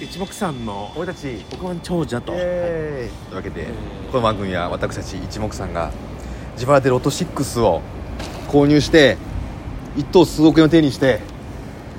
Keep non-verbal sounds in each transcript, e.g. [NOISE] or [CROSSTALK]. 一目散の俺たち億万長者と、イエーイというわけでえーこの番組は私たち一目さんが自腹でロト6を購入して一等数億円を手にして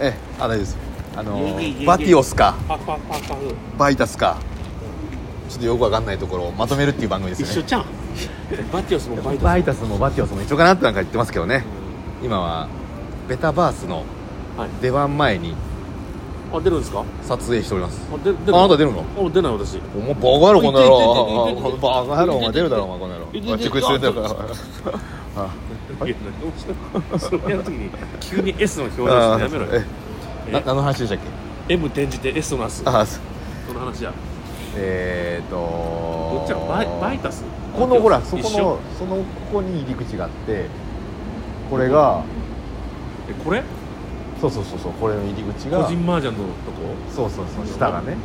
ええあ大丈夫ですあいえいえいえいのえバティオスかパフパフパフパフバイタスかちょっとよくわかんないところをまとめるっていう番組で一す緒よねじゃんバティオスもバイトバイタスもバティオスも一緒かなってなんか言ってますけどね今はベタバースのはい出番前にあ出るんですかあ撮影しております出る出あなた出るのあ出ない私お前バカ野郎この野いていていていていて郎バカ野郎お前出るだろお前このいてい野て郎いてチクしてるだろあいや何もしない [LAUGHS] それやるときに急に S の表情あしてやめろよえな何の話でしたっけ M 転じて S のなすあそうその話やえーっとどっちやバイバイタスこのほらそこ一緒のそのここに入り口があってこれがえこれそうそうそうそうこれの入り口個が人麻雀のとこそうそうそう下がね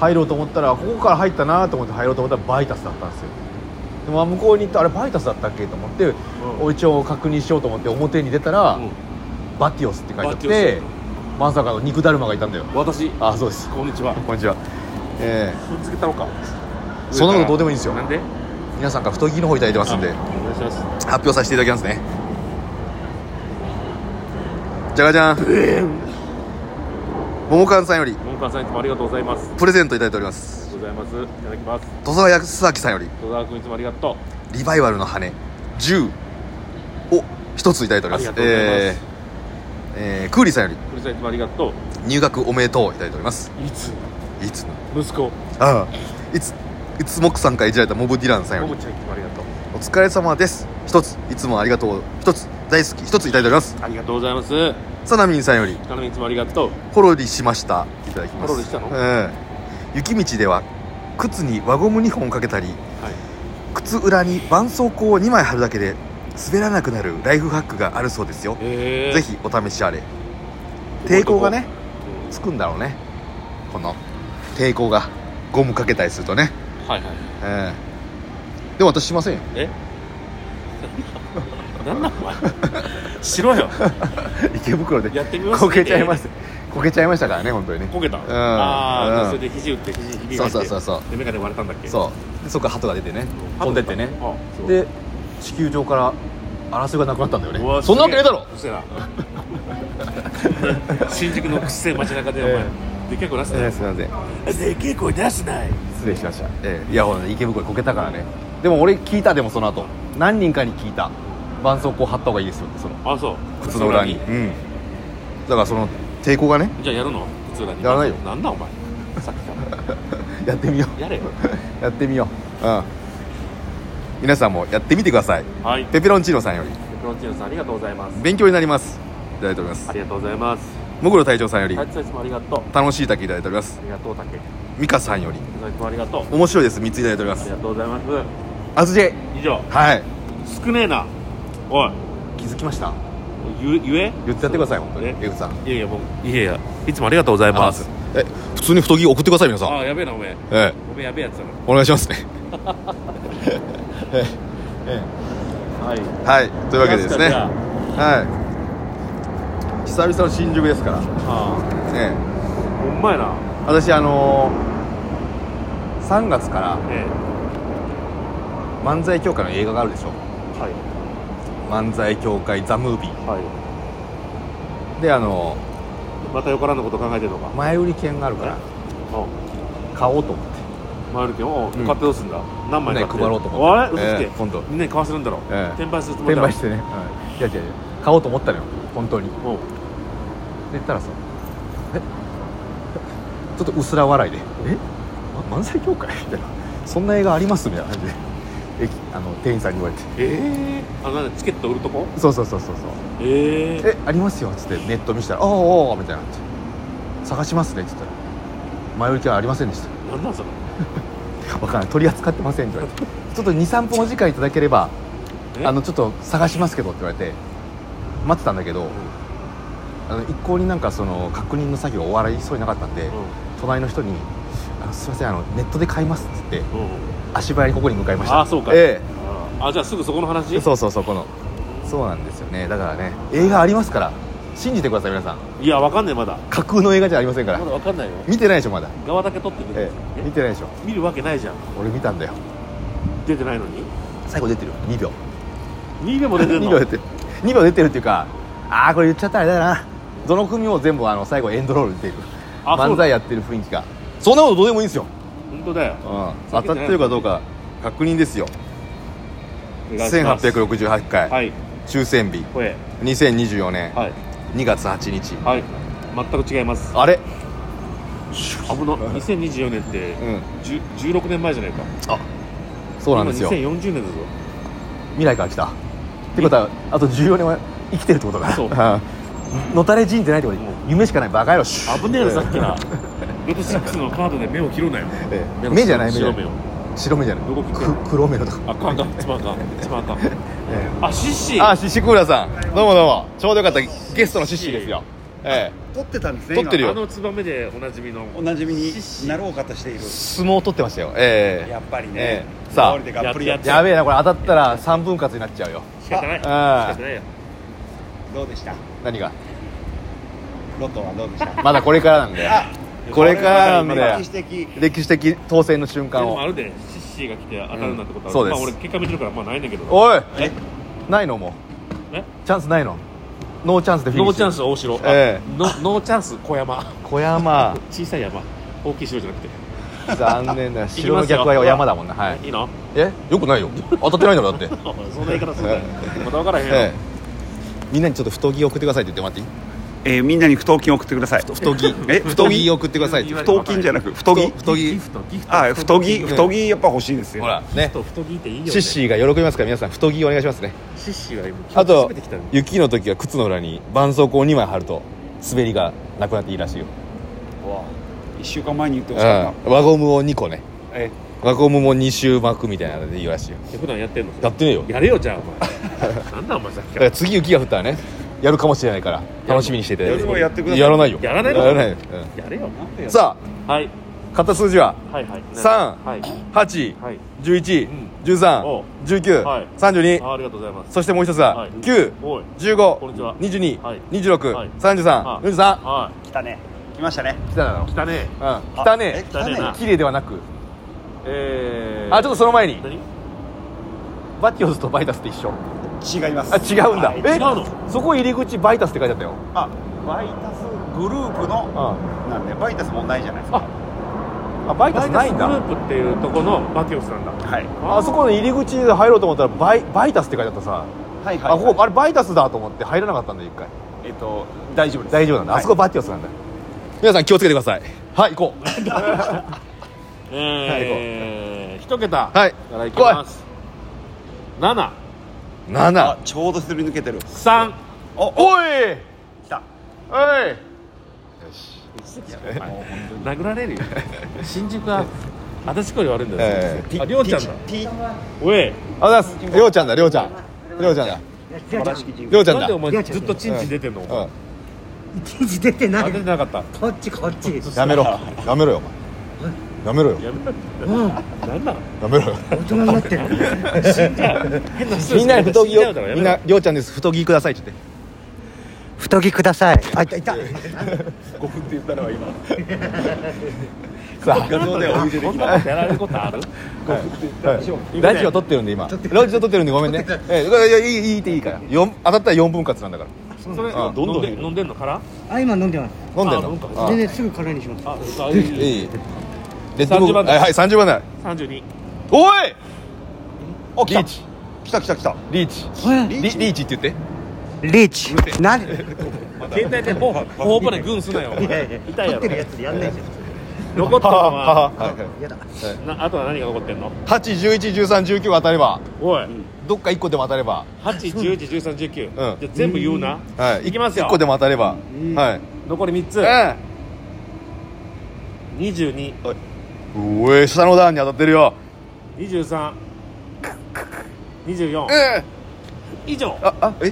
入ろうと思ったらここから入ったなと思って入ろうと思ったらバイタスだったんですよでもあ向こうに行ってあれバイタスだったっけと思って、お一応確認しようと思って表に出たら、うんバティオスって書いてあっバティてオまさかの肉だるまがいたんだよ私あそうですこんにちはこんにちはえ踏んづけたのかそんなことどうでもいいんですよなんでえ皆さんから太着の方いただいてますんであお願いします発表させていただきますねじゃがじゃん桃缶さんより文官さんいつもありがとうございますプレゼントいただいておりますありがとうございますいただきます土佐康崎さんより戸沢君いつもありがとうリバイバルの羽10を一ついただいておりますありがとうございますえーえークーリーさんよ古さんいつもありがとうり入学おめでとういただいておりますいついつの息子ああいついつもくさんからいじられたモブディランさんよもりもちゃんいつもありがとうお疲れ様です一ついつもありがとう一つ大好き一ついただいておりますありがとうございますサナミンさんよりかなみいつもありがとう「ほろりしました」いただきますほろりしたのええ雪道では靴に輪ゴム2本かけたりはい靴裏に絆創膏を2枚貼るだけで滑らなくなるライフハックがあるそうですよえーぜひお試しあれ抵抗がねつくんだろうねこの抵抗がゴムかけたりするとねうんはいはいええでも私し [LAUGHS] ませんよえなんなんお前しろよ池袋でやってみますこけちゃいましたこけちゃいましたからね本当にねこけたんああうんそれで肘打って肘ひびそう割れそうてそうそうで眼鏡割れたんだっけそうでそこから鳩が出てねあ飛んでってねあそうで地球上から争いがなくなったんだようわねそんなわけねえだろうっせえな [LAUGHS] 新宿のくっせえ街中でお前、えでっけえ声出すえなーすいませんいでっけえ声出すない失礼しました、ええいやほら池袋こけたからねでも俺聞いたでもその後何人かに聞いた絆創膏貼った方がいいですよってそのあそう靴の裏にうんだからその抵抗がね [LAUGHS] じゃあやるの靴裏にやらないよなんだお前さっきからやってみよやれ [LAUGHS] よう [LAUGHS] やってみよううん皆さんもやってみてくださいはいペペペロンチーノさんよりプロンチーノさんありがとうございます勉強になりますいただいておりますありがとうございますもぐろ隊長さんよりタイツさんいつもありがとう楽しい竹いただいておりますありがとう竹いミカさんよりつもありがとう面白いです3ついただいておりまありすがとうございますあずじ以上はい少ねえなおい気づきましたゆゆえ言ってやってください本当にえ江口さんいやいやもういやいやいつもありがとうございますえ普通に太着送ってください皆さあんあやべえなおめえええおめえやべえやつだなお願いしますねえええはいえはいとというわけでですねじゃあはい久々の新宿ですからあええあほんまやな私あのー、3月からえ漫才協会の映画があるでしょえはい漫才協会ザ・ムービーはであのいまたよからぬこと考えてるのかー前売り券があるからおう買おうと思って回るけどおううん買ってどうすんだ何枚買ってみんなに配ろうと思ってあれ嘘つけええ今度みんなに買わせるんだろええ転売するつもり転だろ売してね、いや違う違う買おうと思ったのよ本当にでおう言ったらさえちょっと薄ら笑いで「えま漫才協会?」みたいな「そんな映画あります?」みたいな感じで駅あの店員さんに言われてええあなんだチケット売るとこ「そうそうそうそうそうえええありますよ」っつってネット見せたら「ああああ」みたいになって「探しますね」っつったら「前売り券ありませんでした」なんなんそれわからない取り扱ってません」って言われて「ちょっと23分お時間いただければえあのちょっと探しますけど」って言われて待ってたんだけど、あの一向になんかその確認の作業が終わりそうになかったんで、う隣の人に「あのすいませんあのネットで買います」っつってんうん足早にここに向かいましたあそうかえあじゃあすぐそこの話えそうそうそうこのそうなんですよねだからね映画ありますから信じてください皆さんいやわかんないまだ架空の映画じゃありませんかまらだわかんないよ見てないでしょまだ、側だけ撮ってくるええ、見てないでしょ見るわけないじゃん俺見たんだよ出てないのに最後出てる2秒2でも出てる2の秒出てる2秒出てるっていうかああこれ言っちゃったらあれだなどの組も全部あの最後エンドロールに出てくるあそう漫才やってる雰囲気がそんなことどうでもいいんですよ、本当だようん、当たってるかどうか確認ですよお願いします1868回、はい抽選日声2024年はい2月8日はい全く違いますあれ危な2024年ってうん10 16年前じゃないかあそうなんですよ今2040年だぞ未来から来たってことはあと14年は生きてるってことだ [LAUGHS] そうのたれ死んでないってことうん夢しかないバカ野郎シュッ危ねえなさっきなロト6のカードで目を切ろうなよええ目じゃない目じ白ゃな目いを白目じゃないどこ切ってんくの黒目のとかあかんあかんつまんかんつまんかんえあシッシえーあシシクーラさんどうもどうもちょうどよかったゲストのシシーですよええ撮ってたんですね撮ってるよあのツバメでおなじみの今おなじみにシッシーなろうかとしている相撲取ってましたよええやっぱりね、ええさあゴールでがっぷりやってややべえなこれ当たったら3分割になっちゃうよ仕方ない仕ああ方ないよどうでした何がロトはどうでしたまだこれから [LAUGHS] なんだよあこれからなんだよ歴史的歴史的当選の瞬で間もあをるでシッシーが来て当たるなんてことうんはそうですまあ俺結果見てるからまあないねんだけどおいえないのもえうチャンスないのノーチャンスでフィニッノシーチュャンス大城あえノノーチャンス小山小山小さい山大きい城じゃなくて残 [LAUGHS] 念だきますよ城の逆は山だもんなはいいいのえよくないよ当たってないんだろだってそんな言い方するなよまだ分からへんよ、ええみんなにちょっと太着送ってくださいって言ってもらっえーみんなに不当金送ってくださいていい太着え太太着着送ってくださいって不当金じゃなく太着太ギ着フトギフトあ太着太着太着やっぱ欲しいですよほらねと太着っていいよねシッシーが喜びますから皆さん太着お願いしますねシッシーは今あと初めて来たの雪の時は靴の裏に絆創膏を2枚貼ると滑りがなくなっていいらしいよ1週間前に言ってほしかっああ輪ゴムを2個ねたえ輪ゴムも2周巻くみたいなのでいいらしいよ普段やってんのやってねえよやれよじゃあお [LAUGHS] 前なんだお前さっきかだからら次雪が降ったらねやるかもしれないから楽しみにしていただい夜もやってくださていやらないよやらないやのらないよ、やれよなんでうんやさはいあ買った数字ははいはい三はい8はい11うんお13うはい19 32あありがとうございますそしてもう一つははい9おいこんにちは15はい22 26は33い43は来たね来ましたね来たなのい来たねうん来たねえ来たねな綺麗ではなくえーあちょっとその前に何バティオスとバイタスって一緒違いますあ違うんだはいえ違うのそこ入り口バイタスって書いてあったよあバイタスグループうのんなんでバイタスもうないじゃないですかあバイタバスイタなスいんグルだープっていうとこのバティオスなんだはいあそこの入り口で入ろうと思ったらバイバイタスって書いてあったさはいはいあここあれバイタスだと思って入らなかったんだよ一回えっと大丈夫です大丈夫なんだ、はいあそこバティオスなんだ皆さん気をつけてくださいはい行こうえー一桁はいからいきます七あ7ちょうどすり抜けてる三おい来たおいもう本当 [LAUGHS] に殴られるよ新宿は私こより悪いんだよえー、ありょうちゃんだピッおいありがとうございますりょうちゃんだりょうちゃんりょうちゃんだ素晴らしき人りょうちゃんなんだでお前ずっとチンチン出てんのお前うん記事出てなあい出てなかったこっちこっちやめろやめろよお前やめろよやめうんなんなのやめろよ大人になってる変な人みんなに太着死んじゃうだろをやめみんろなりょうちゃんです太着くださいって言って太着くださいあいたいた5分って言ったのは今さあ画像ではお見せでこきんなないことやられることあるはいラジオ撮ってるんで今ラジオ撮ってるんでごめんねええいやいいいいっていいからよん当たったら4分割なんだからそれあどんどどんどんん飲んでんのからあ今飲んでます飲んでんあ飲むかのあ全然すぐ空にしますああいいいいいいレッ30ドブル番台はいはい30番台32おいおリーチ来た来た来たリーチえリリーチって言ってリーチなんで携帯で頬頬骨グンすなよお前いやいや痛い撮やってるやろつでやんないじゃ残ったのは [LAUGHS] はいんやだなあとは何が残ってんの8111319当たればおいどっか1個でも当たればうん8111319じゃあ全部言うなはいいきますよ1個でも当たればはい残り3つえ22えうえ下の段に当たってるよ23 24ええ以上ああえ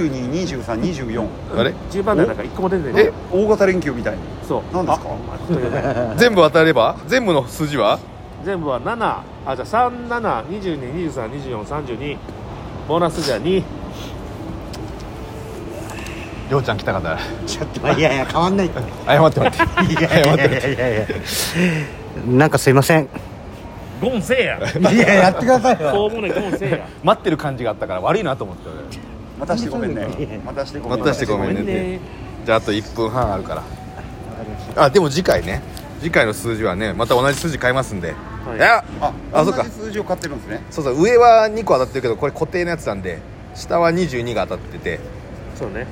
222324あれ10番台なんか1個も出てないえ大型連休みたいそうなんですかあお前そうだよね全部当たれば全部の数字は全部は7あじゃあ3722232432ボーナスじゃ2りょうちゃん来たからちょっといやいや変わんないって謝ってもらってい [LAUGHS] 謝ってもらってやいやいやなんかすいませんゴンせえや [LAUGHS] いややってくださいそうもねゴンせえや待ってる感じがあったから悪いなと思ってまたしてごめん [LAUGHS] ねまたしてごめんまたしてごめんねじゃああと1分半あるからあでも次回ね次回の数字はねまた同じ数字変えますんで、はいいやあああそそううかか同じ数字を買ってるんですねそうそう上は2個当たってるけどこれ固定のやつなんで下は22が当たっててそうね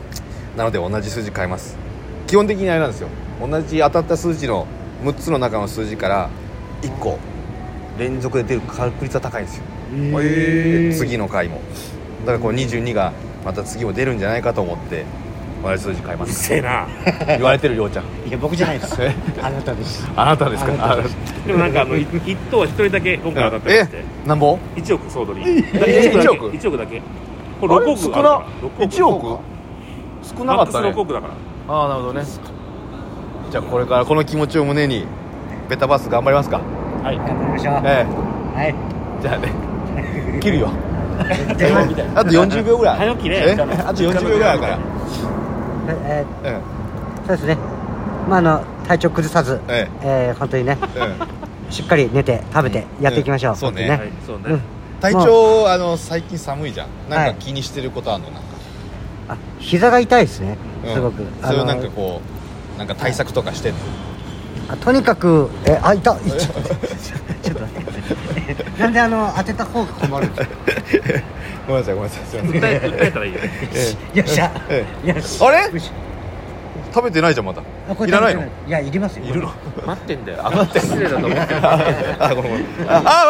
なので同じ数字変えます基本的にあれなんですよ同じ当たった数字の6つの中の数字から1個連続で出る確率は高いんですよえ次の回もだからこう22がまた次も出るんじゃないかと思って同じ数字変えまうっすせえな [LAUGHS] 言われてるりょうちゃんいや僕じゃないですえあなたですあなたですかあなたででもなんかあのい一等は一人だけ今回当たってましてなんぼ一億総取りえ一一億一億だけこれあ六れ億少あるなから六億1億少なマッかっクたスね六億だからああなるほどねじゃあこれからこの気持ちを胸にベタバス頑張りますかはい頑張りましょうえはえいじゃあね切るよじゃあみたいあと40秒ぐらい早起きねえあと40秒ぐらいだからうんえーそうですねまああの体調崩さずええー本当にねえうんしっかり寝て食べてやっていきましょううんそうね本はいそう当にねね体調あの最近寒いじゃんなはんいか気にしてることあるのなんかうんあ膝が痛いですねうんすごくそれをあなんのかこうなんか対策とかしてんのあとにかくえあいたい [LAUGHS] ちょっと待ってちょっと待って [LAUGHS] なんであの当てた方が困るん [LAUGHS] ですか [LAUGHS] ごめんなさいごめんなさいすいません訴え訴えたらいいよえよっしゃえよしあれよしえ食べてないじゃんまだあこれいらないのいやいりますよいるの待ってんだよ待って失礼だと思ってる 아,あごめんごめんああ